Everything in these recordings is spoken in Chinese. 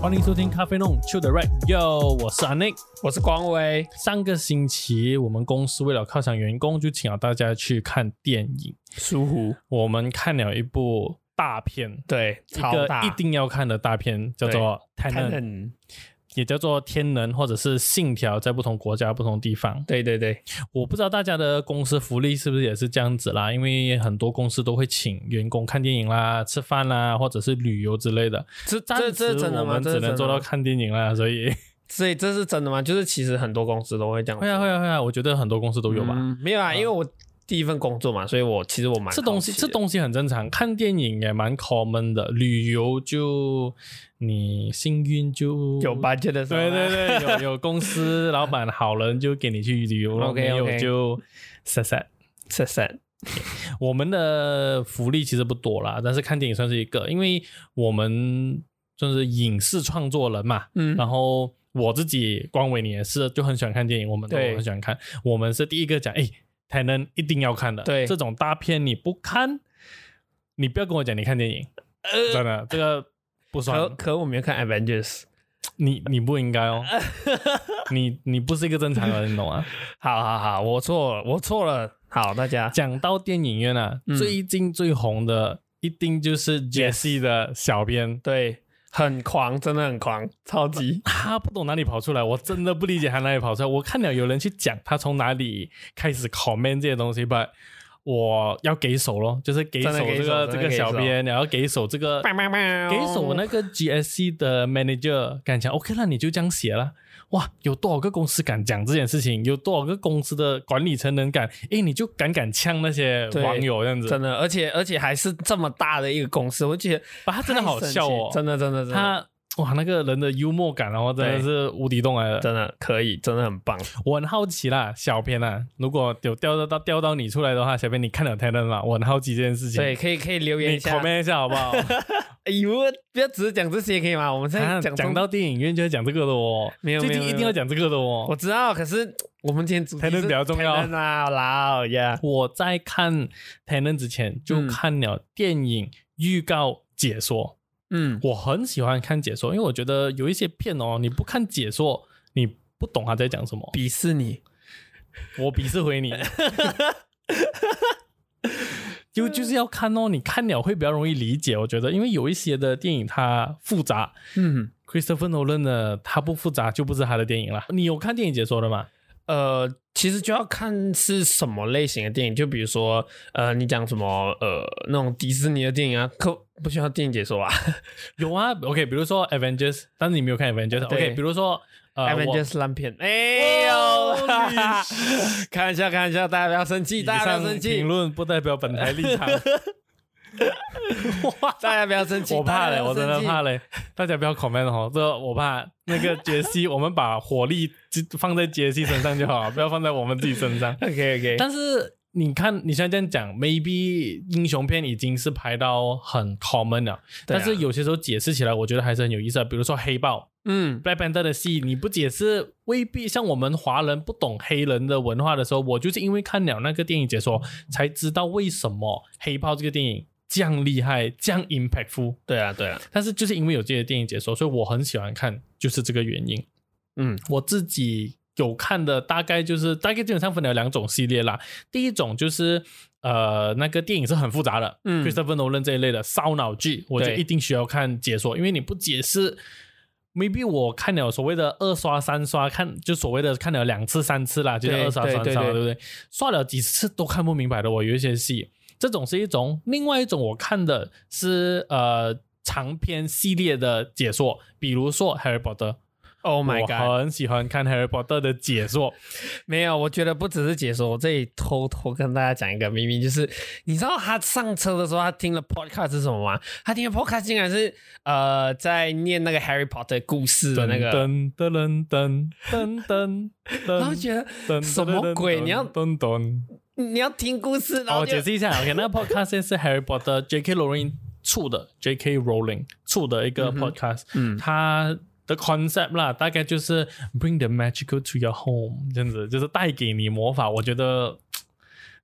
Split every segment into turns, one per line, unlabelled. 欢迎收听咖啡弄 Chill the Right Yo，我是 Anik。
我是光威，
上个星期我们公司为了犒赏员工，就请了大家去看电影。
疏忽，
我们看了一部大片，
对，
一
超
个
大，
一定要看的大片，叫做《
看
Tenet》，
很，
也叫做《天能》或者是《信条》，在不同国家、不同地方。
对对对，
我不知道大家的公司福利是不是也是这样子啦，因为很多公司都会请员工看电影啦、吃饭啦，或者是旅游之类的。
这
暂
这这
时
真的
我
吗？
们
这
只
是
能
真的
做到
吗，
看电影啦，所以
所以这是真的吗？就是其实很多公司都会这样，
会啊会啊会啊，我觉得很多公司都有吧。
嗯没有啊，因为我第一份工作嘛，所以我其实我蛮
这东西
好奇的
这东西很正常，看电影也蛮 common 的，旅游就你幸运就
有。budget 的时候啊，
对对 对，有有公司老板好人就给你去旅游，
OK，
没有
OK
就 sad sad。
是是，
我们的福利其实不多啦，但是看电影算是一个，因为我们就是影视创作人嘛，
嗯，
然后我自己光伟你也是，就很喜欢看电影，我们都
对
很喜欢看。我们是第一个讲，哎，台能一定要看的。
对
这种大片你不看，你不要跟我讲你看电影，
呃
真的这个不
可
爽，
可我没有看 Avengers，
你你不应该 哦，你你不是一个正常人，你懂吗？
好好好，我错了，我错了，好，大家
讲到电影院啊，
嗯
最近最红的一定就是 Jesse 的小编。
对，很狂，真的很狂，超级，
他不懂哪里跑出来，我真的不理解他哪里跑出来。 我看了有人去讲他从哪里开始 comment 这些东西吧，我要给手咯，就是给手
真的给
这
手
个
真
这
的
个
给手
小编，然后给手这个给手那个 GSC 的 manager 敢讲 OK，那你就这样写了。哇，有多少个公司敢讲这件事情？有多少个公司的管理层能敢？诶，你就敢敢呛那些
对
网友这样子
真，的，而且而且还是这么大的一个公司，我觉得
把他真的好
太神奇
笑哦，
真的真的真的
他哇那个人的幽默感，然后真的
对
是无敌动来的。
真的可以，真的很棒。
我很好奇啦，小编啊，如果有钓到到钓到你出来的话，小编你看了 t a l e n 吗？我很好奇这件事情，
对，，可以可以留言
你
一下。
comment 一下好不 好？
哎呦，不要只是讲这些可以吗？我们现在
啊
讲
讲
中，
到电影院就要讲这个的哦，
没有
最近
没有
一定要讲这个的哦
我。知道，可是我们今天主题
谈论
是
比较重要
谈论啊，老呀，
我在看 t a l e n 之前就
嗯
看了电影预告解说，
嗯，
我很喜欢看解说，因为我觉得有一些片哦，你不看解说，你不懂他在讲什么。
鄙视你，
我鄙视回 你。就就是要看哦，你看了会比较容易理解，我觉得，因为有一些的电影它复杂
嗯，
，Christopher Nolan 的它不复杂就不是他的电影了。你有看电影解说的吗？
呃，其实就要看是什么类型的电影，就比如说，呃，你讲什么，呃，那种迪士尼的电影啊，可不需要电影解说啊
有啊，OK，比如说 Avengers，但是你没有看 Avengers，OK，、
对
比如说呃我
，Avengers 烂片，哎呦，开玩笑，开玩笑，大家不要生气，
以
大家
上
不要生气
评，论不代表本台立 场，
大家不要生气，
我怕
大
嘞，
家
我
不要
真
生
的
气
怕嘞，大家不要 comment 哦，这我怕那个杰西，我们把火力只放在杰西身上就好了，不要放在我们自己身上。
OK OK，
但是你看，你像这样讲，maybe 英雄片已经是排到很 common 了，
对
但
啊
是有些时候解释起来，我觉得还是很有意思啊。比如说黑豹
嗯，
（Black Panther） 的戏，你不解释，未必像我们华人不懂黑人的文化的时候，我就是因为看了那个电影解说，才知道为什么黑豹这个电影这样厉害，这样 impactful。
对啊对啊，
但是就是因为有这些电影解说，所以我很喜欢看，就是这个原因。
嗯
我自己有看的大概就是大概基本上分了两种系列啦。第一种就是呃，那个电影是很复杂的，
嗯
Christopher Nolan 这一类的烧脑剧，我就
对
一定需要看解说，因为你不解释。maybe 我看了所谓的二刷三刷，看就所谓的看了两次三次啦，就是
对
二刷
对
三刷，
对对
对不对？刷了几次都看不明白的，我有一些戏，这种是一种；另外一种我看的是呃长篇系列的解说，比如说《Harry Potter》，
，Oh my
我
god，
很喜欢看 Harry Potter 的解说，
没有，我觉得不只是解说，我这里偷偷跟大家讲一个秘密，就是你知道他上车的时候，他听了 podcast 是什么吗？他听的 podcast 竟然是呃在念那个 Harry Potter 故事的那个，
噔噔噔噔噔噔噔，
然后觉得
噔
什么鬼你要
噔噔，
你要听故事，然
好，
后
我哦
就
解释一下，OK，那个 podcast 是 Harry Potter J.K. Rowling 出的，J.K. Rowling 出的一个 podcast，
嗯
它的 concept 啦，大概就是 bring the magical to your home，这样子就是带给你魔法。我觉得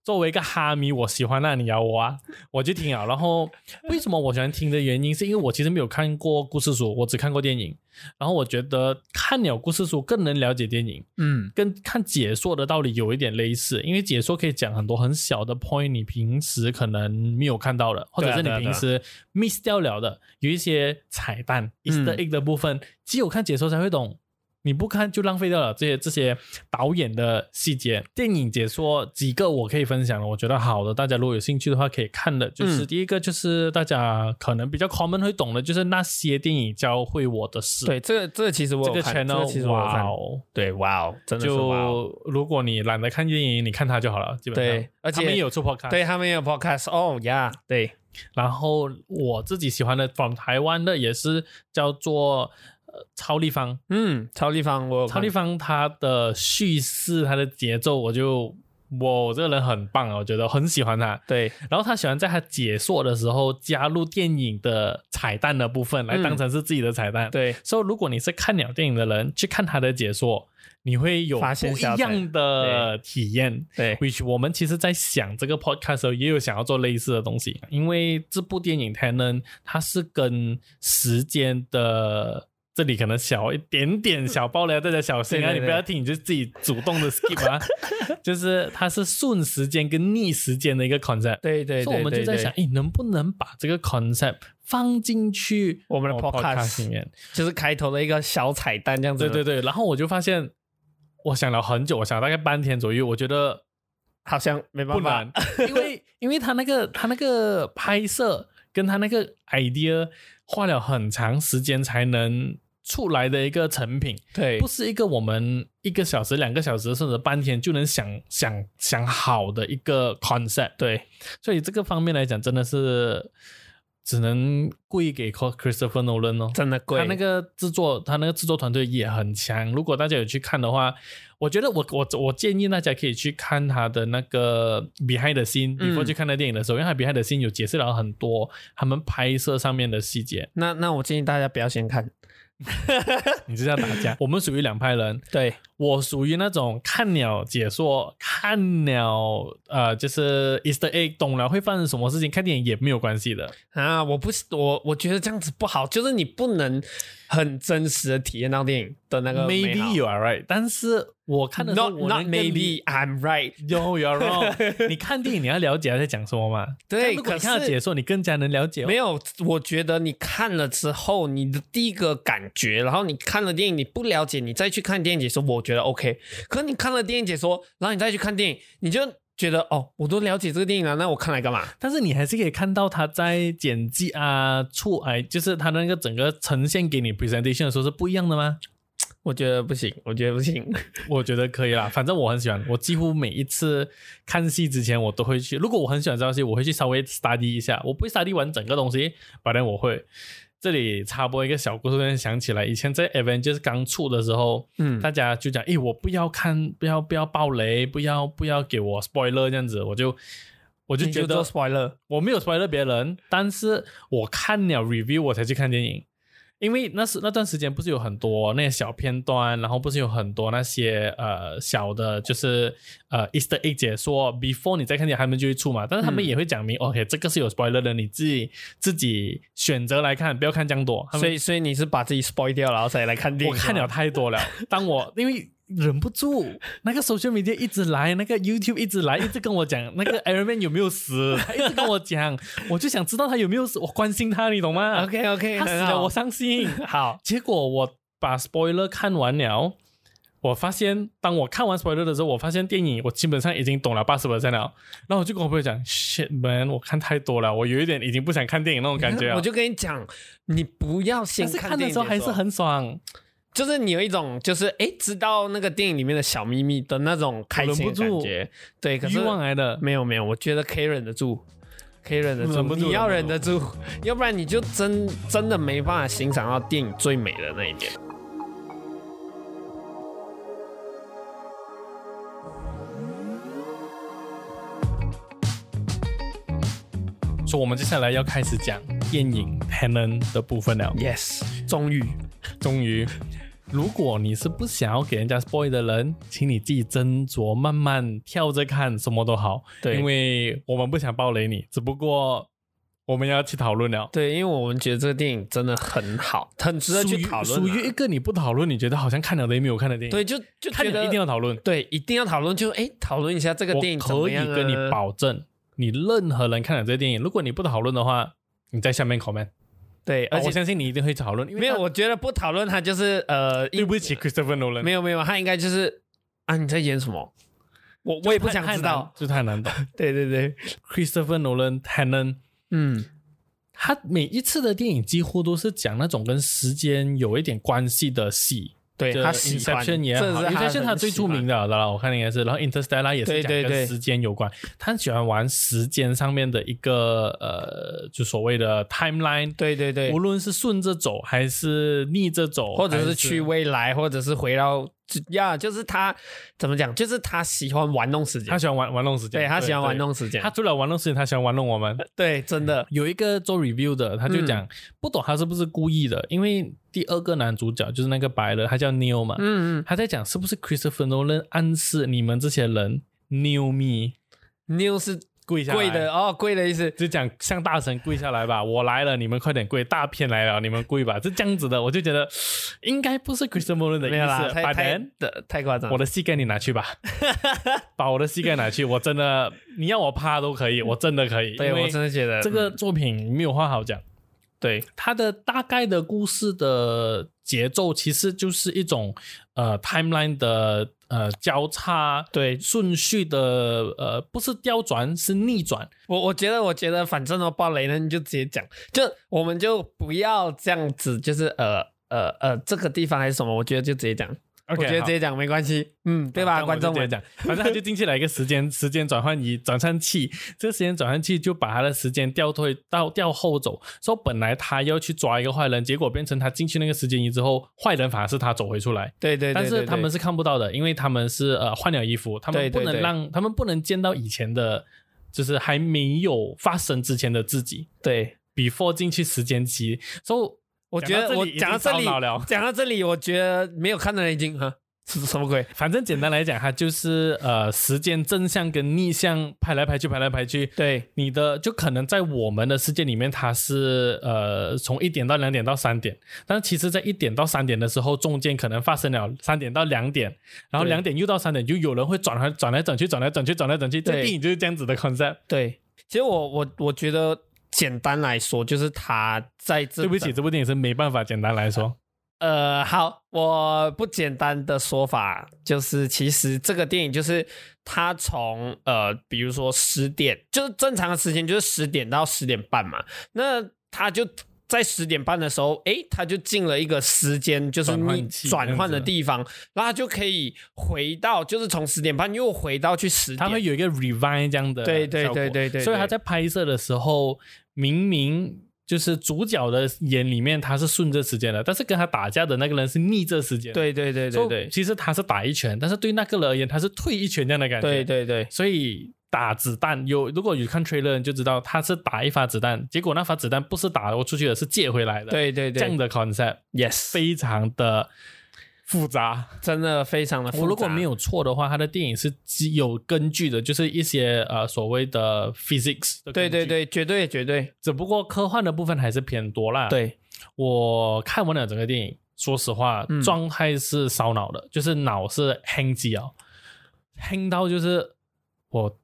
作为一个哈迷，我喜欢那你咬我啊，我就听了。然后为什么我喜欢听的原因，是因为我其实没有看过故事书，我只看过电影。然后我觉得看了故事书更能了解电影。
嗯
跟看解说的道理有一点类似，因为解说可以讲很多很小的 point，你平时可能没有看到的，或者是你
对啊对啊
平时 miss 掉了的，有一些彩蛋、Easter
嗯
egg 的部分，只有看解说才会懂。你不看就浪费掉了这些这些导演的细节。电影解说几个我可以分享的，我觉得好的，大家如果有兴趣的话可以看的，就是、
嗯
第一个就是大家可能比较 common 会懂的，就是那些电影教会我的事。，
对，这个这个其实我
这个
有看这
channel
其实我有
哇
看，
哦。
对，哇哦，真的是哇哦。
就如果你懒得看电影，你看它就好了，基本上。
对而且
他们也有做 podcast。，
对他们也有 podcast 哦呀，对，
然后我自己喜欢的 from 台湾的也是叫做呃超立方，
嗯，超立方我有看
超立方它的叙事、它的节奏，我就我这个人很棒啊，我觉得很喜欢他。
对
然后他喜欢在他解说的时候加入电影的彩蛋的部分，来
嗯
当成是自己的彩蛋。
对
所以如果你是看了电影的人，去看他的解说，你会有
发
不
现
一
小彩
样的体验。
对
which 我们其实，在想这个 podcast 的时候，也有想要做类似的东西，因为这部电影《Tenon》它是跟时间的。这里可能小一点点小爆料，大家小心啊！
对对
你不
对
要听，你就自己主动的 skip 啊。就是它是顺时间跟逆时间的一个 concept，
对对
所以
对，
我们就
对
在
对
想，诶，能不能把这个 concept 放进去
我们的 podcast
里面？
就是开头的一个小彩蛋这样子，
对对，对，然后我就发现，我想了很久，我想了大概半天左右，我觉得
好像没办
不
法
难，因为因为他那个他那个拍摄跟他那个 idea 花了很长时间才能出来的一个成品，
对
不是一个我们一个小时、两个小时甚至半天就能想想想好的一个 concept。
对，
所以这个方面来讲，真的是只能跪给 Christopher Nolan 哦。
真的贵，
他那个制作，他那个制作团队也很强。如果大家有去看的话，我觉得我我我建议大家可以去看他的那个 behind the scene，
嗯
before 去看那电影的时候，因为他 behind the scene 有解释了很多他们拍摄上面的细 节。
那那我建议大家不要先看，
你就这样打架，我们属于两派人，
对
我属于那种看了解说，看了呃，就是 Easter egg，懂了会发生什么事情，看电影也没有关系的。
啊，我不是我我觉得这样子不好，就是你不能很真实的体验到电影的那个
Maybe you are right，但是我看的时候
not
我
not
能跟你
maybe I'm right，
No, you're wrong 。你看电影你要了解他在讲什么嘛？但
对，
如果
可
你看到解
是。
说，你更加能了解哦。
没有，我觉得你看了之后，你的第一个感觉，然后你看了电影，你不了解，你再去看电影解说，我觉得 OK。可你看了电影解说，然后你再去看电影，你就觉得哦，我都了解这个电影了，那我看来干嘛？
但是你还是可以看到他在剪辑啊、出哎，就是他的那个整个呈现给你 presentation 的时候是不一样的吗？
我觉得不行，我觉得不行。
我觉得可以啦，反正我很喜欢，我几乎每一次看戏之前我都会去。如果我很喜欢这套戏，我会去稍微 study 一下，我不会 study 完整个东西，反正我会。这里插播一个小故事，突然想起来，以前在 Avengers 刚出的时候，
嗯
大家就讲，诶，我不要看，不要不要爆雷，不要不要给我 spoiler 这样子，我就我就
你
觉得
做 spoiler，
我没有 spoiler 别人，但是我看了 review 我才去看电影，因为那时那段时间不是有很多那些小片段，然后不是有很多那些呃小的，就是呃 Easter egg 解说 before 你再看电影，他们就会出嘛，但是他们
嗯
也会讲明、OK 哦这个是有 spoiler 的，你自己自己选择来看，不要看这样多，他们
所以所以你是把自己 spoil 掉，然后才来看电影
我
吗？
看了太多 了，当我因为。忍不住，那个 social media 一直来，那个 YouTube 一直来，一直跟我讲那个 Iron Man 有没有死， 他一直跟我讲，我就想知道他有没有死，我关心他，你懂吗
OK OK，
他死了我伤心。
好，
结果我把 spoiler 看完了，我发现当我看完 spoiler 的时候，我发现电影我基本上已经懂了八十 p e 了，然后我就跟我朋友讲，shit man，我看太多了，我有一点已经不想看电影那种感觉 啊
我
了。
就跟你讲，你不要先
但是看的
电影
时候
解
还是
说
很爽，
就是你有一种就是哎，诶知道那个电影里面的小秘密的那种开心的感
忍不
觉，对，可
欲
是
望来啊的。
没有没有，我觉得可以忍得住，可以忍得住
忍，不住
你要
忍
忍
不
得住，要不然你就真真的没办法欣赏到电影最美的那一面。
所以我们接下来要开始讲电影 Tenant 的部分了。
Yes，终于，
终于，如果你是不想要给人家 spoil 的人，请你自己斟酌，慢慢跳着看，什么都好。
对
因为我们不想暴雷你，只不过我们要去讨论了。
对，因为我们觉得这个电影真的很好，很值得
属
去
于
讨论
属
啊。
于一个你不讨论，你觉得好像看了的也没有看的电影。
对，，就就
看
觉
了
得
一定要讨论。
对，一定要讨论，就哎，讨论一下这个电影怎
我
么
可以
样、啊、
跟你保证，你任何人看了这电影，如果你不讨论的话，你在下面 comment，
对，而
哦我
且、
相信你一定会讨论，因为
没有，
他
我觉得不讨论它就是呃，
对不起 Christopher Nolan，
没有没有，他应该就是啊，你在演什么？我我也不想知道。，
就太难懂。
对对对，
Christopher Nolan t e n n
嗯，
他每一次的电影几乎都是讲那种跟时间有一点关系的戏。
对
就
他喜欢，
Inception 也
这
好
是
，Inception
很
他最
喜
出
欢
名的了，我看应该是。然后 Interstellar 也是
对
讲
对
跟
对
时间有关，他喜欢玩时间上面的一个呃，就所谓的 timeline，
对对对
无，论是顺着走还是逆着走，
或者
还
是
是
去未来，或者是回到呀就是他怎么讲，就是他喜欢玩弄时间
他，喜欢玩玩弄时间，
对他喜欢玩弄时
对。
间
他，除了玩弄时间，他喜欢玩弄我们。
对，真的，
有一个做 review 的，他就
嗯
讲、不懂他是不是故意的，因为第二个男主角就是那个白人，他叫 Neil 嘛，
嗯
他在讲是不是 Christopher Nolan 暗示你们这些人 New Me
嗯，New 是
跪下来
贵的哦，贵的意思，
就讲向大神跪下来吧，我来了，你们快点跪，大片来了，你们跪吧，是这样子的，我就觉得应该不是 Christopher Nolan 的意
没有啦，
思，
太
把
太
人
的太夸张了
我。的膝盖你拿 去吧，把我的膝盖拿去，我真的，你要我趴都可以，我真的可以，
对
因为
我真的觉得嗯
这个作品没有话好讲。
对
它的大概的故事的节奏其实就是一种呃 timeline 的呃交叉
对，
顺序的呃不是调转是逆转，
我我觉得我觉得反正都爆雷了，你就直接讲，就我们就不要这样子，就是呃呃呃这个地方还是什么，我觉得就直接讲我觉得直接讲没关系，嗯，对吧，观众
们
们？
讲，反正他就进去了一个时间时间转换仪转换器，这个时间转换器就把他的时间调退到调后走，说本来他要去抓一个坏人，结果变成他进去那个时间仪之后，坏人反而是他走回出来。
对对对，
但是
对
他们
对
是看不到的，因为他们是呃换了衣服，他
对
们
对
不能
对
让他们不能见到以前的，就是还没有发生之前的自己。
对，
before 进去时间期，so
我觉得我
讲到这里已经
讲到这里
烧脑了，
讲到这里，我觉得没有看的人已经哈是 什么鬼？
反正简单来讲，它就是呃时间正向跟逆向排来排去，排来排去。
对
你的就可能在我们的世界里面，它是呃从一点到两点到三点，但其实在一点到三点的时候，中间可能发生了三点到两点，然后
对
两点又到三点，就有人会转来转来转去，转来转去，转来转去。这
对
电影就是这样子的 concept。
对，其实我我我觉得简单来说，就是他在这
对不起，这部电影是没办法简单来说。
呃，好，我不简单的说法就是，其实这个电影就是它从呃，比如说十点，就是正常的时间就是十点到十点半嘛，那它就。在十点半的时候，诶，它就进了一个时间，就是
转换
你
器
转换
这
的
样子
地方，然后它就可以回到，就是从十点半又回到去十点。
它会有一个 rewind 这样的
对对
效果
对对对
所以他
对
在拍摄的时候，明明就是主角的眼里面他是顺着时间的，但是跟他打架的那个人是逆着时间的。
对对对
所以
对对
其实他是打一拳，但是对那个人而言他是退一拳这样的感觉。
对对对，
所以打子弹有，如果有看 trailer 你就知道他是打一发子弹，结果那发子弹不是打我出去的，是借回来的。
对对
这样的
对
concept
，yes，
非常的复杂。
真的非常的复杂。
我如果没有错的话，他的电影是基有根据的，就是一些呃所谓的 physics 的
对
根据
对，对，绝对绝对
只不过科幻的部分还是偏多啦。，
对，
我看完了整个电影，说实话，
嗯
状态是烧脑的，就是脑是 hang 机啊，hang 到就是我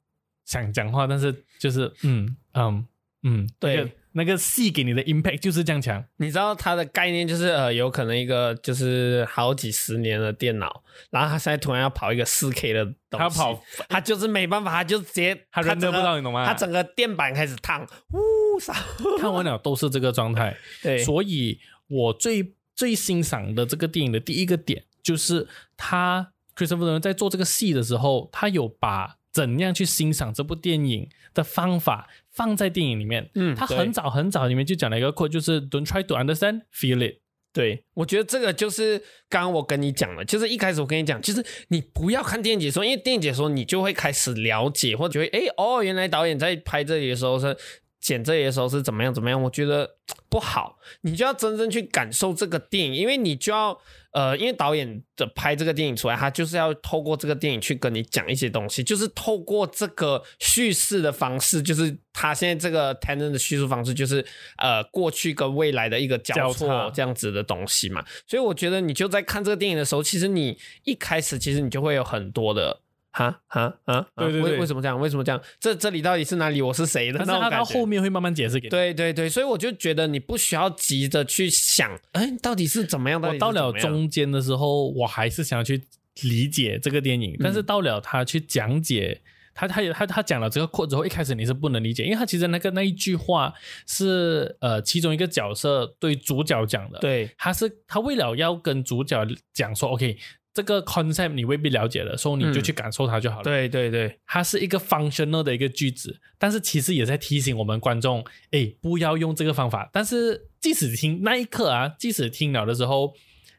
想讲话，但是就是嗯嗯嗯，
对
那个那个戏给你的 impact 就是这样强。
你知道它的概念就是呃，有可能一个就是好几十年的电脑，然后它现在突然要跑一个四 K 的东西，
他跑，
它就是没办法，它就直接
他
整
render
个
不到，你懂吗？
它整个电板开始烫，呜啥？
看完了都是这个状态。
对
所以我最最欣赏的这个电影的第一个点，就是他 Christopher Nolan 在做这个戏的时候，他有把怎样去欣赏这部电影的方法放在电影里面。
嗯
他
对
很早很早里面就讲了一个 quote，就是 "Don't try to understand, feel it"。
对，我觉得这个就是刚刚我跟你讲了，就是一开始我跟你讲，就是你不要看电影解说，因为电影解说你就会开始了解，或者会哎哦，原来导演在拍这里的时候是剪这里的时候是怎么样怎么样，我觉得不好，你就要真正去感受这个电影，因为你就要呃，因为导演的拍这个电影出来，他就是要透过这个电影去跟你讲一些东西，就是透过这个叙事的方式，就是他现在这个 t e n n 的叙述方式，就是呃过去跟未来的一个交
交
错
叉
这样子的东西嘛，所以我觉得你就在看这个电影的时候，其实你一开始其实你就会有很多的。哈哈啊！
对对对
为为什么这样？为什么这样？这这里到底是哪里？我是谁的
但是
那种
他
感
到
觉？
后面会慢慢解释给你。
对对对，所以我就觉得你不需要急着去想，哎，到底是怎么样？
我
底是
到了
怎么样，
中间的时候，我还是想去理解这个电
嗯
影，但是到了他去讲解。他他也他他讲了这个扩之后，一开始你是不能理解，因为他其实那个那一句话是呃其中一个角色对主角讲的，，
对
他是他为了要跟主角讲说，OK，这个 concept 你未必了解的，所以你
嗯
就去感受它就好了。
对对对
它是一个 functional 的一个句子，但是其实也在提醒我们观众，哎，不要用这个方法。但是即使听那一刻啊，即使听了的时候，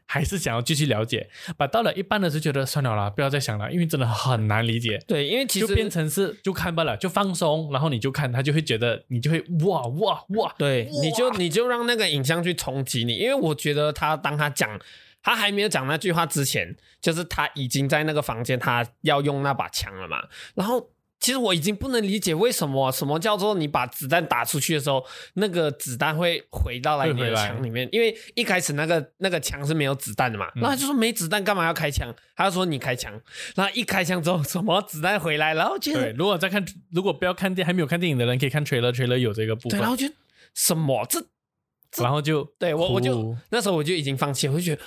还是想要继续了解。把到了一半的时候，觉得算了啦，不要再想了，因为真的很难理解。
对，因为其
就
实
变成是就看罢了，就放松，然后你就看，他就会觉得你就会哇哇哇，
对，你就
哇
你就让那个影像去冲击你，因为我觉得他当他讲他还没有讲那句话之前，就是他已经在那个房间，他要用那把枪了嘛。然后其实我已经不能理解为什么什么叫做你把子弹打出去的时候，那个子弹会回到来
会
你
回
的
来
枪里面，因为一开始那个那个枪是没有子弹的
嗯
嘛。然后他就说没子弹干嘛要开枪？他就说你开枪，然后一开枪之后什么子弹回来，然后就
对，如果在看，如果不要看电，还没有看电影的人，可以看 trailer，trailer 有这个部分
对，然，后就什么这
然后就
对我我就
哭
那时候我就已经放弃了，我就觉得，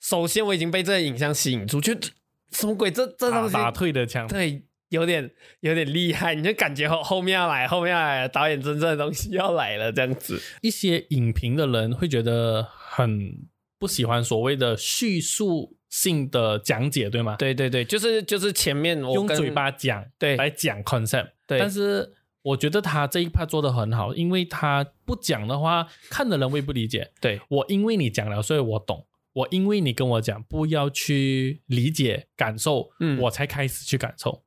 首先我已经被这个影像吸引住，就这什么鬼这这
打
东西，
打退的枪，
对，有点有点厉害，你就感觉后后面要来，后面要来了，导演真正的东西要来了，这样子。
一些影评的人会觉得很不喜欢所谓的叙述性的讲解，对吗？，
对对对，就是就是前面我
用
跟
嘴巴讲
对
来讲 concept，
对
但是我觉得他这一 part 做的很好，因为他不讲的话，看的人会不理解。
对
我因为你讲了，所以我懂。我因为你跟我讲，不要去理解感受，
嗯
我才开始去感受。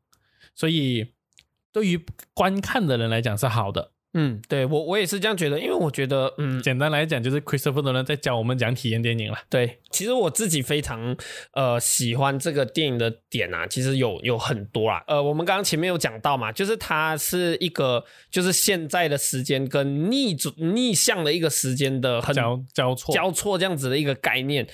所以，对于观看的人来讲是好的。
嗯，对我我也是这样觉得，因为我觉得嗯，
简单来讲，就是 Christopher Nolan 在教我们讲体验电影了。
对，其实我自己非常呃喜欢这个电影的点啊，其实有有很多啦。呃，我们刚刚前面有讲到嘛，就是它是一个就是现在的时间跟逆转逆向的一个时间的很
交交错，
交错这样子的一个概念。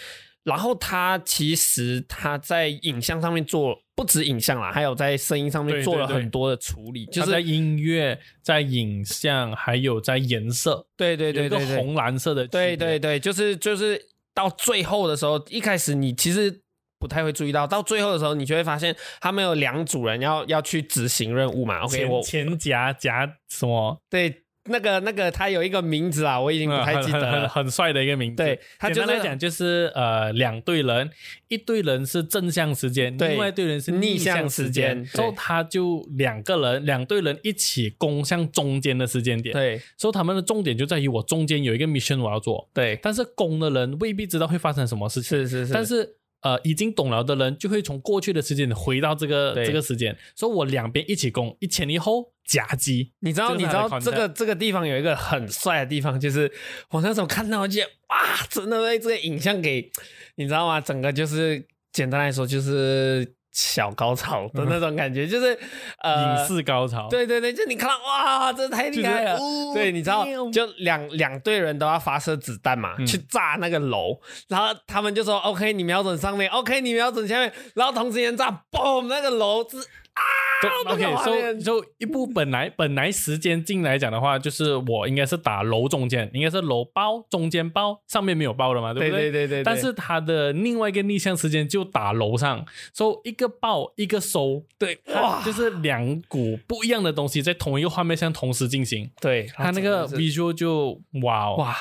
然后它其实它在影像上面做不止影像啦，还有在声音上面
对
做了
对对
很多的处理，
就
就是
在
是
音乐、在影像，还有在颜色，
对对对
有一个
对对，
红蓝色的区别，
对对对，就是就是到最后的时候，一开始你其实不太会注意到，到最后的时候，你就会发现他们有两组人要要去执行任务嘛。OK，
前
我
前夹夹什么？
对那个那个他有一个名字啊，我已经不
嗯
太
很
记得
很很
了。
很帅的一个名字。
对他
简
就
单来
是
讲就是呃，两队人，一队人是正向时间，
对
另外一队人是
逆向
向
时
时
间
所以
对
他就两个人，两队人一起攻向中间的时间点。
对
所以他们的重点就在于我中间有一个 mission 我要做，
对，
但是攻的人未必知道会发生什么事情。
是是是，
但是呃，已经懂了的人就会从过去的时间回到这个
对
这个时间，所以我两边一起攻，一前一后夹击。
你知道
这
你
是
知
他的
道这个这个地方有一个很帅的地方，就是我那时候看到我就觉得哇，真的被这个影像给你知道吗？整个就是简单来说就是小高潮的那种感觉，就是呃
影视高潮，，
对对对，就你看到哇，这太厉害
就
了！
是哦
对，你知道，
damn
就两两队人都要发射子弹嘛，
嗯
去炸那个楼，然后他们就说 OK，你瞄准上面，OK，你瞄准下面，然后同时间炸，boom，那个楼是
对
这啊个画
，OK，
面
就就一部本来 本来时间进来讲的话，就是我应该是打楼中间，应该是楼包中间包上面没有包的嘛，
对
不
对对对，
但是他的另外一个逆向时间就打楼上，所以一个爆一个收，
对
哇
哇，，
就是两股不一样的东西在同一个画面上同时进行，
对
他那个
真的是
visual 就哇哦
哇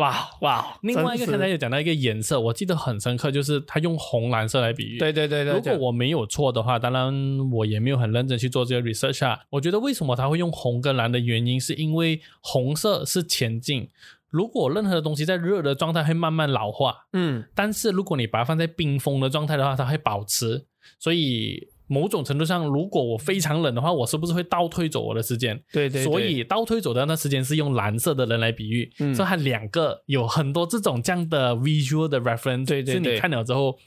哇哇，
另外一个
真
刚才
是
有讲到一个颜色，我记得很深刻，就是他用红蓝色来比喻。
对对对对，
如果
对
我没有错的话，当然我也没有很认真去做这个 research 啊。我觉得为什么他会用红跟蓝的原因，是因为红色是前进，如果任何的东西在热的状态会慢慢老化，
嗯
但是如果你把它放在冰封的状态的话，它会保持。所以某种程度上，如果我非常冷的话，我是不是会倒退走我的时间？
对对，
所以倒退走的那时间是用蓝色的人来比喻，
嗯
所以它两个有很多这种这样的 visual 的 reference，
对对
是你
对
看了之后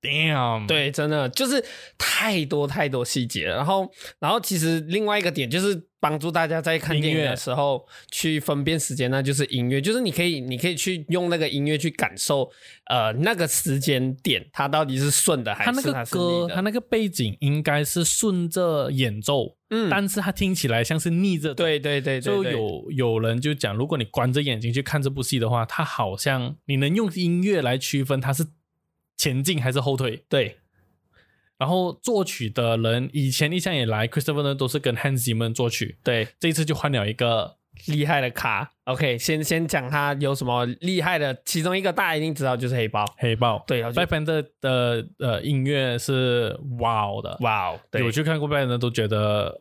，damn，，
对，真的就是太多太多细节了。然后，然后其实另外一个点就是帮助大家在看
音
电影
乐
的时候去分辨时间，那就是音乐，就是你可以你可以去用那个音乐去感受，呃，那个时间点它到底是顺的还
它
是
那
它
个
是逆
歌，它
的。
那个背景应该是顺着演奏，
嗯，
但是它听起来像是逆着走。
对对对对，
就
对
有有人就讲，如果你关着眼睛去看这部戏的话，它好像你能用音乐来区分它是前进还是后退。
对
然后作曲的人以前一向以来，Christopher 呢都是跟 Hans Zimmer 作曲，
对
这一次就换了一个
厉害的卡。OK，先先讲它有什么厉害的，其中一个大家一定知道就是黑豹。
黑豹。
对，然后就
Black Panther 的呃音乐是哇、哦的，
哇哦，对
有去看过 Black Panther 都觉得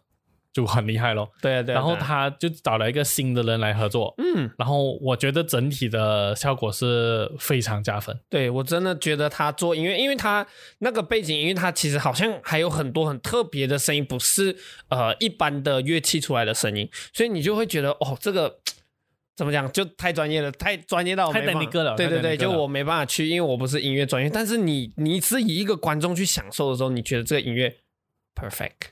就很厉害咯。
对啊对啊，
然后
对啊
他就找了一个新的人来合作，
嗯。
然后我觉得整体的效果是非常加分。
对我真的觉得他做音乐，因为他那个背景音乐，他其实好像还有很多很特别的声音，不是呃一般的乐器出来的声音，所以你就会觉得哦，这个怎么讲就太专业了，太专业到我
太
没办法
technical 了
对对
太
对，
technical
就
了
我没办法去，因为我不是音乐专业。但是你你是以一个观众去享受的时候，你觉得这个音乐 perfect，yeah，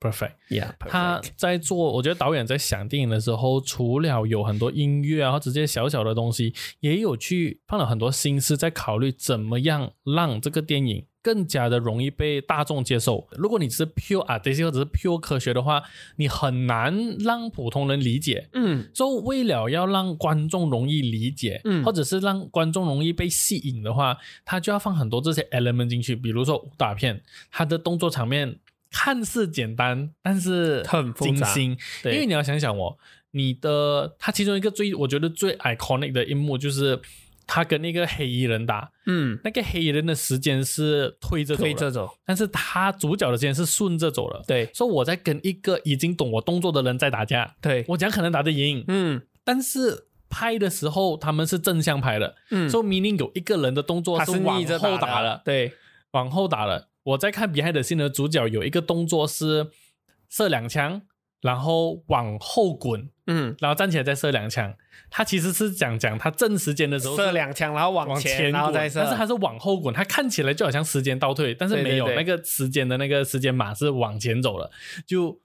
Perfect，他
perfect，
在做，我觉得导演在想电影的时候，除了有很多音乐啊，或者这些小小的东西，也有去放了很多心思在考虑怎么样让这个电影更加的容易被大众接受。如果你只是 pure artistic 或者是 pure 科学的话，你很难让普通人理解。
嗯
就为了要让观众容易理解，
嗯
或者是让观众容易被吸引的话，他就要放很多这些 element 进去，比如说武打片，它的动作场面看似简单，但是
很复
精
杂
心，因
对
为你要想想哦，你的它其中一个最我觉得最 iconic 的一幕就是。他跟那个黑衣人打，
嗯，
那个黑衣人的时间是推着走
推
的，
这种
但是他主角的时间是顺着走的。
对
所以我在跟一个已经懂我动作的人在打架，
对，
我讲可能打得赢，
嗯
但是拍的时候他们是正向拍的，
嗯，
所以 meaning 有一个人的动作
他
往
逆着
后打
的
了，，
对，
往后打了。我在看《Behind the Scene》的主角有一个动作是射两枪，然后往后滚，
嗯。
然后站起来再射两枪。他其实是讲讲他正时间的时候是
射两枪，然后往
往
前，
前
然后
滚，
再射。
但是他是往后滚，他看起来就好像时间倒退，但是
对对
没有
对
那个时间的那个时间码是往前走了，就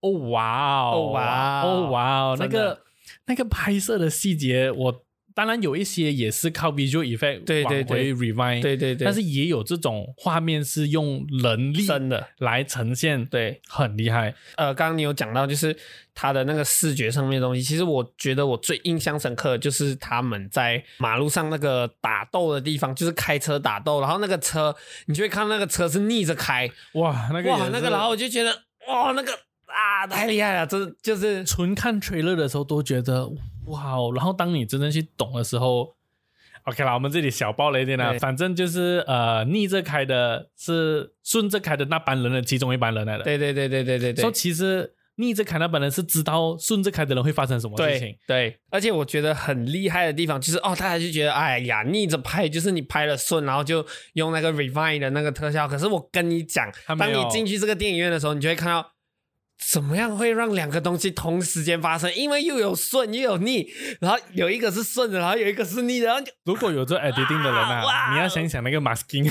哦哇哦
哦哇
哦哇哦，那
真的
个那个拍摄的细节，我当然有一些也是靠 visual effect
对对对
往回 rewind，
对对对，
但是也有这种画面是用人力
真的
来呈现，
对。
很厉害，
呃，刚刚你有讲到就是他的那个视觉上面的东西，其实我觉得我最印象深刻的就是他们在马路上那个打斗的地方，就是开车打斗，然后那个车你就会看到那个车是逆着开，
哇，那个
哇
也，
那
是
个然后我就觉得哇那个啊太厉害了，这就是
纯看 trailer 的时候都觉得哇哦，然后当你真正去懂的时候，OK 啦，我们这里小爆雷一点啦，
对
反正就是呃逆着开的是顺着开的那班人的其中一班人来的，，
对对对对对对对，
所以其实逆着开那班人是知道顺着开的人会发生什么事情
对，对，而且我觉得很厉害的地方就是哦，大家就觉得哎呀，逆着拍就是你拍的顺，然后就用那个 refine 的那个特效。可是我跟你讲，
他没
当
有
你进去这个电影院的时候，你就会看到。怎么样会让两个东西同时间发生？因为又有顺又有逆，然后有一个是顺的，然后有一个是逆的，然后就
如果有做 editing 的人啊，
哇
你要想想那个 masking，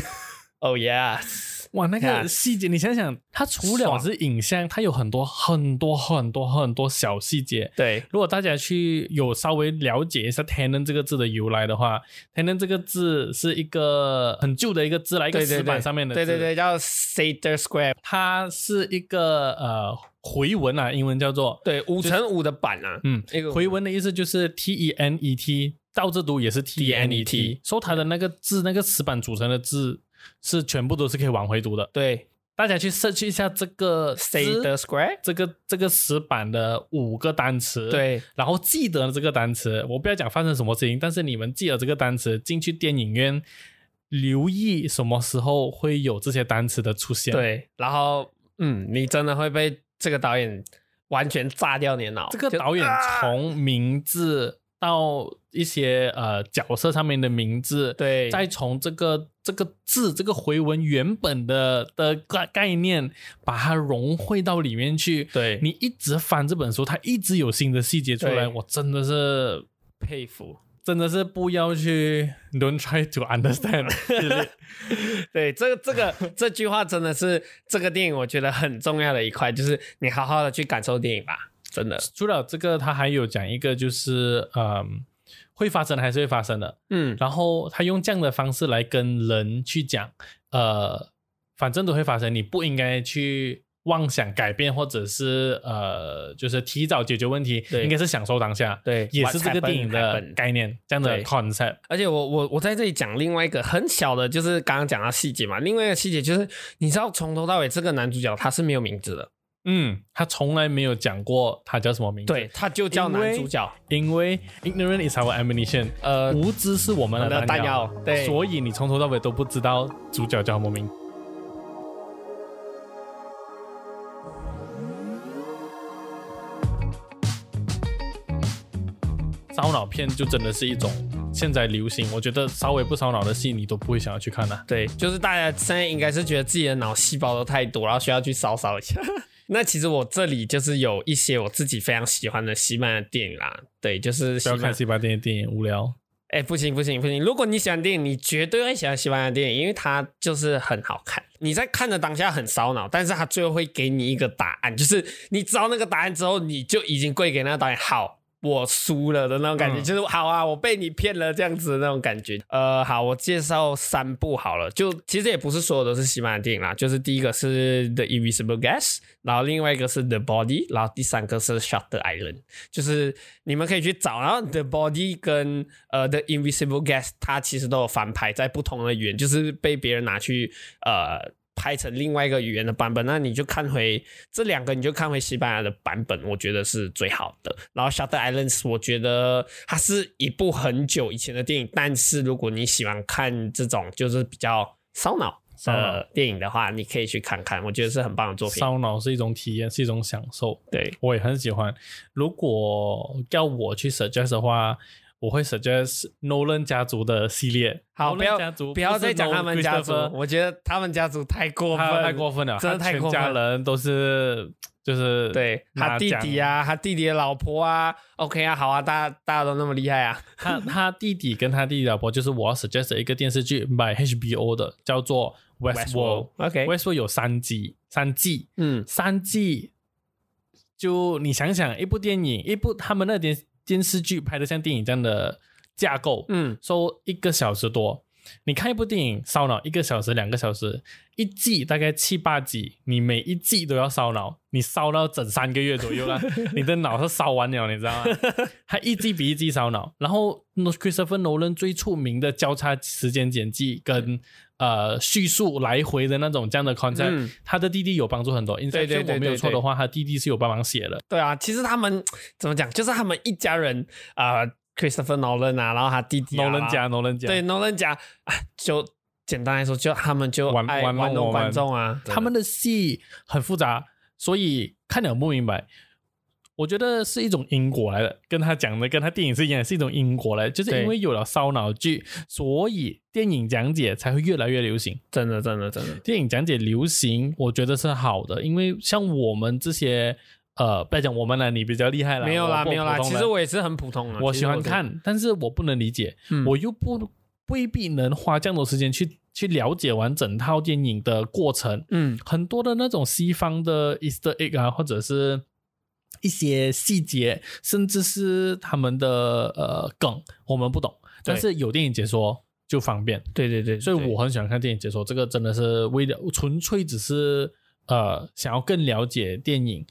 Oh yes，
哇，那个
Yeah
细节，你想想，它除了
爽
是影像，它有很多很多很多很多小细节，
对
如果大家去有稍微了解一下 “tenant” 这个字的由来的话，“tenant” 这个字是一个很旧的一个字啦，一个
对
石
对
板
对，
上面的字
对对对，叫 Seder Square，
它是一个呃回文啊，英文叫做
对五乘五的板啊，
嗯，
那个
回文的意思就是 “t e n e t”，倒着读也是 “t e n e t”，
T-E-N-E-T
所以它的那个字，那个石板组成的字是全部都是可以往回读的。
对
大家去 search 一下这个字
Seder Square，
这个这个石板的五个单词，。
对
然后记得这个单词，我不要讲发生什么事情，但是你们记得这个单词，进去电影院留意什么时候会有这些单词的出现。，
对，然后嗯，你真的会被这个导演完全炸掉你的脑。
这个
就
导演
啊
从名字到一些呃角色上面的名字，
对，
再从这个这个字这个回文原本的的概概念，把它融汇到里面去。
对
你一直翻这本书，它一直有新的细节出来，
对
我真的是佩服，真的是不要去 don't try to understand 系列。
对，这个这个这句话真的是这个电影我觉得很重要的一块，就是你好好的去感受电影吧，真的。
除了这个，他还有讲一个就是，嗯，会发生还是会发生的。
嗯，
然后他用这样的方式来跟人去讲，呃，反正都会发生，你不应该去妄想改变，或者是呃，就是提早解决问题，
对
应该是享受当下，
对
也是这个
What happened
电影的
happened
概念，这样的
对
concept。
而且我我我在这里讲另外一个很小的，就是刚刚讲到细节嘛，另外一个细节就是你知道从头到尾这个男主角他是没有名字的，
嗯，他从来没有讲过他叫什么名字，
对，，他就叫男主角，
因为 ignorant is our ammunition，
呃，
无知是我们
我们
的
的
弹药
弹药，对
所以你从头到尾都不知道主角叫什么名。烧脑片就真的是一种现在流行，我觉得稍微不烧脑的戏你都不会想要去看的、啊
对，就是大家现在应该是觉得自己的脑细胞都太多，然后需要去烧烧一下。 那其实我这里就是有一些我自己非常喜欢的西班牙电影啦，对，就是
不
西
要
班牙
看西班牙电影，电影无聊。
哎，不行不行不行！如果你喜欢电影，你绝对会喜欢西班牙电影，因为它就是很好看。你在看的当下很烧脑，但是它最后会给你一个答案，就是你知道那个答案之后，你就已经跪给那个导演，好，我输了的那种感觉，
嗯
就是好啊，我被你骗了这样子的那种感觉。呃，好，我介绍三部好了，就其实也不是所有都是西班牙电影啦，就是第一个是《The Invisible Guest》，然后另外一个是《The Body》，然后第三个是《Shutter Island》。就是你们可以去找，然后 The Body 跟呃 The Invisible Guest，它其实都有翻拍在不同的语言，就是被别人拿去呃拍成另外一个语言的版本。那你就看回这两个，你就看回西班牙的版本，我觉得是最好的。然后 Shutter Islands，我觉得它是一部很久以前的电影，但是如果你喜欢看这种就是比较烧脑
烧脑
的电影的话，你可以去看看，我觉得是很棒的作品。
烧脑是一种体验，是一种享受。
对，
我也很喜欢。如果要我去 suggest 的话，我会 suggest Nolan 家族的系列。
好，不
Nolan
要
家族
不要
是
再讲他们家族
Nolan，Christopher，，
我觉得他们家族太过分，
他太过分了，
真的
他
太过分
全家人都是就是
对他弟弟
啊，
啊，他弟弟的老婆啊，OK 啊，好啊，大家大家都那么厉害啊，
他他弟弟跟他弟弟老婆就是我要 suggest 的一个电视剧买 HBO 的，叫做 Westworld。
OK，
Westworld 有三集，三季，
嗯，
三季，就你想想，一部电影，一部他们那电电视剧拍的像电影这样的架构，
嗯，
收一个小时多。你看一部电影烧脑一个小时、两个小时，一季大概七八集，你每一季都要烧脑，你烧到整三个月左右 了，你的脑是烧完了，你知道吗？它一季比一季烧脑。然后 No- Christopher Nolan 最出名的交叉时间剪辑跟呃叙述来回的那种这样的 concept，、
嗯
他的弟弟有帮助很多。因
对对对
我没有
对
错的
对
话，他弟弟是有帮忙写的。
对啊，其实他们怎么讲，就是他们一家人啊、呃 Christopher Nolan 啊，然后他弟弟、啊、
Nolan 家，Nolan 家，
对 Nolan 家啊，就简单来说，就他们就
玩
爱
玩弄
玩
我
弄
们
观众啊，
他们的戏很复杂，所以看了不明白。我觉得是一种因果来的，跟他讲的跟他电影是一样，是一种因果来的，就是
对
因为有了烧脑剧，所以电影讲解才会越来越流行。
真的真的真的，
电影讲解流行，我觉得是好的，因为像我们这些，呃，不要讲我们了，你比较厉害了，
没有啦
啊我不
没有啦，
普通
其
人
实我也是很普通的，啊
我喜
其实
欢
是，
看，但是我不能理解，
嗯
我又不未必能花这样多时间去去了解完整套电影的过程。
嗯，
很多的那种西方的 Easter egg 啊，或者是一些细节，甚至是他们的呃梗，我们不懂，但是有电影解说就方便，
对对对，
所以
对
我很喜欢看电影解说，这个真的是为了纯粹只是呃想要更了解电影。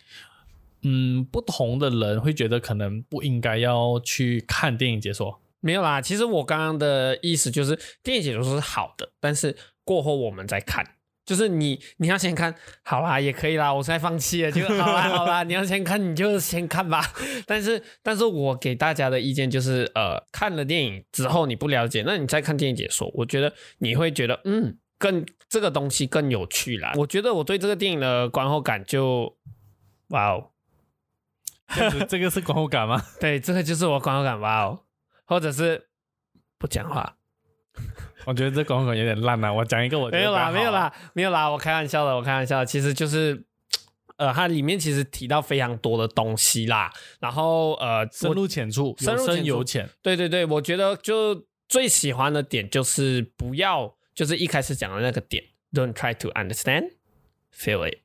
嗯，不同的人会觉得可能不应该要去看电影解说，
没有啦，其实我刚刚的意思就是，电影解说是好的，但是过后我们再看。就是你，你要先看好啦，也可以啦，我才放弃了，就好啦，好啦，你要先看你就先看吧。但是，但是我给大家的意见就是，呃，看了电影之后你不了解，那你再看电影解说，我觉得你会觉得，嗯，更这个东西更有趣啦。我觉得我对这个电影的观后感就，哇哦，
这样子这个是观后感吗？
对，这个就是我观后感吧哦，或者是不讲话。
我觉得这观后感有点烂啊。我讲一个我觉得
没有
比较
啦，
好
没有，啦，没有啦，我开玩笑的，我开玩笑的，其实就是。呃，它里面其实提到非常多的东西啦，然后呃，
深
我
入浅出，
深
有
入浅出
深有浅。
对对对，我觉得就最喜欢的点就是不要，就是一开始讲的那个点，Don't try to understand, feel it。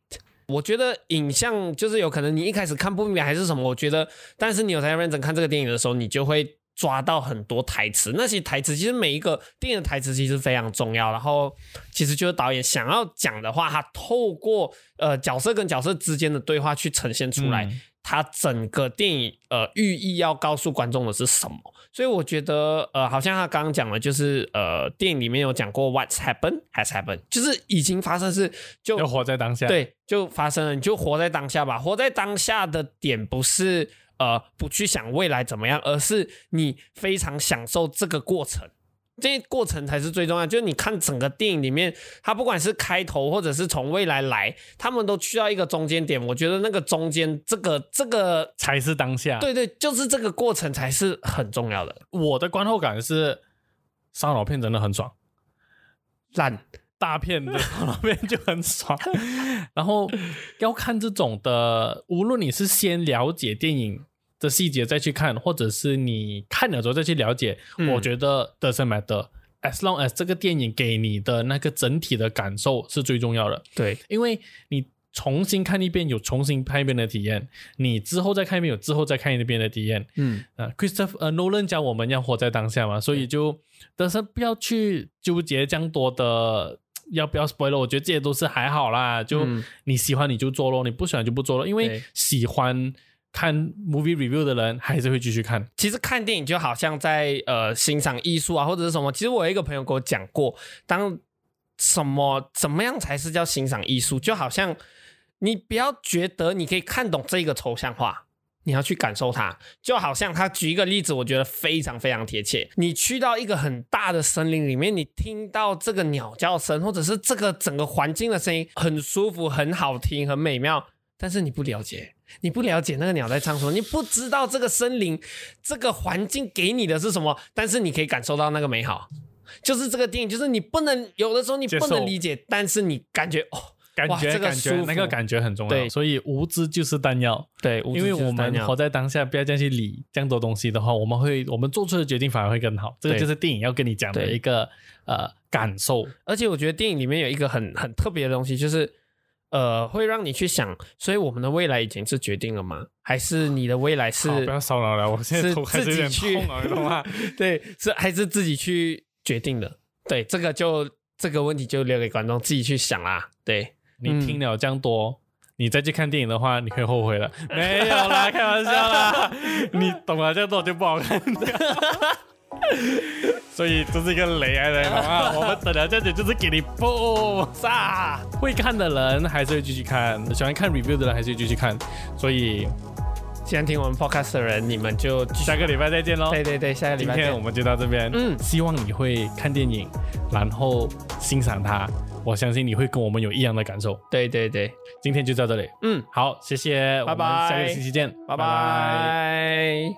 我觉得影像就是有可能你一开始看不明白还是什么，我觉得，但是你有在认真看这个电影的时候，你就会抓到很多台词。那些台词其实每一个电影的台词其实非常重要，然后其实就是导演想要讲的话，他透过呃角色跟角色之间的对话去呈现出来。
嗯
它整个电影呃寓意要告诉观众的是什么。所以我觉得呃，好像他刚刚讲的，就是呃，电影里面有讲过 “What's happened has happened”，就是已经发生是 就
要活在当下。，
对，就发生了，你就活在当下吧。活在当下的点不是呃不去想未来怎么样，而是你非常享受这个过程。这过程才是最重要，就是你看整个电影里面，它不管是开头或者是从未来来，他们都去到一个中间点。我觉得那个中间这个这个，
才是当下。，
对对，就是这个过程才是很重要的。
我的观后感是，烧脑片真的很爽。
烂，
大片 的烧脑片就很 爽。然后要看这种的，无论你是先了解电影的细节再去看，或者是你看了之后再去了解，
嗯
我觉得 doesn't matter。As long as 这个电影给你的那个整体的感受是最重要的，
对
因为你重新看一遍有重新看一遍的体验，你之后再看一遍有之后再看一遍的体验，
嗯，
呃，Christopher 呃 Nolan 教我们要活在当下嘛，所以就但是不要去纠结这样多的要不要 spoiler，我觉得这些都是还好啦，就
嗯
你喜欢你就做咯，你不喜欢就不做咯，因为
对
喜欢看 movie review 的人还是会继续看，
其实看电影就好像在呃欣赏艺术啊，或者是什么。其实我有一个朋友给我讲过，当什么怎么样才是叫欣赏艺术，就好像你不要觉得你可以看懂这一个抽象画。你要去感受它，就好像他举一个例子，我觉得非常非常贴切。你去到一个很大的森林里面，你听到这个鸟叫声，或者是这个整个环境的声音，很舒服、很好听、很美妙，但是你不了解，你不了解那个鸟在唱什么，你不知道这个森林、这个环境给你的是什么，但是你可以感受到那个美好。就是这个电影，就是你不能有的时候你不
接受
能理解，但是你感觉哦，
感
哇
觉
这个
感觉
舒服
那个感觉很重要，
对
所以无知就是弹药，
对，
因为我们活在当下，不要这样去理这样多东西的话，我们会我们做出的决定反而会更好，这个
对
就是电影要跟你讲的
对
一个呃感受，
而且我觉得电影里面有一个很很特别的东西，就是呃，会让你去想，所以我们的未来已经是决定了吗？还是你的未来是
好不要 骚扰了，我现在
是
头还是有
自己
点
去
痛啊，你懂吗？
对，是还是自己去决定的？对，这个就这个问题就留给观众自己去想啦。对，
你听了这样多，你再去看电影的话，你会后悔了。没有啦，开玩笑 啦，你懂了这样多就不好看。 所以这是一个雷来的啊！我们等了这久就是给你爆炸。会看的人还是会继续看，喜欢看 review 的人还是会继续看。所以
喜欢听我们 podcast 的人，你们就继续
下个礼拜再见喽。
对对对，下个礼
今
拜
天我
见。
们就到这边，
嗯
希望你会看电影，然后欣赏它。我相信你会跟我们有一样的感受。
对对对，
今天就到这里。
嗯，
好，谢谢，我们
拜拜
下个星期见，
拜拜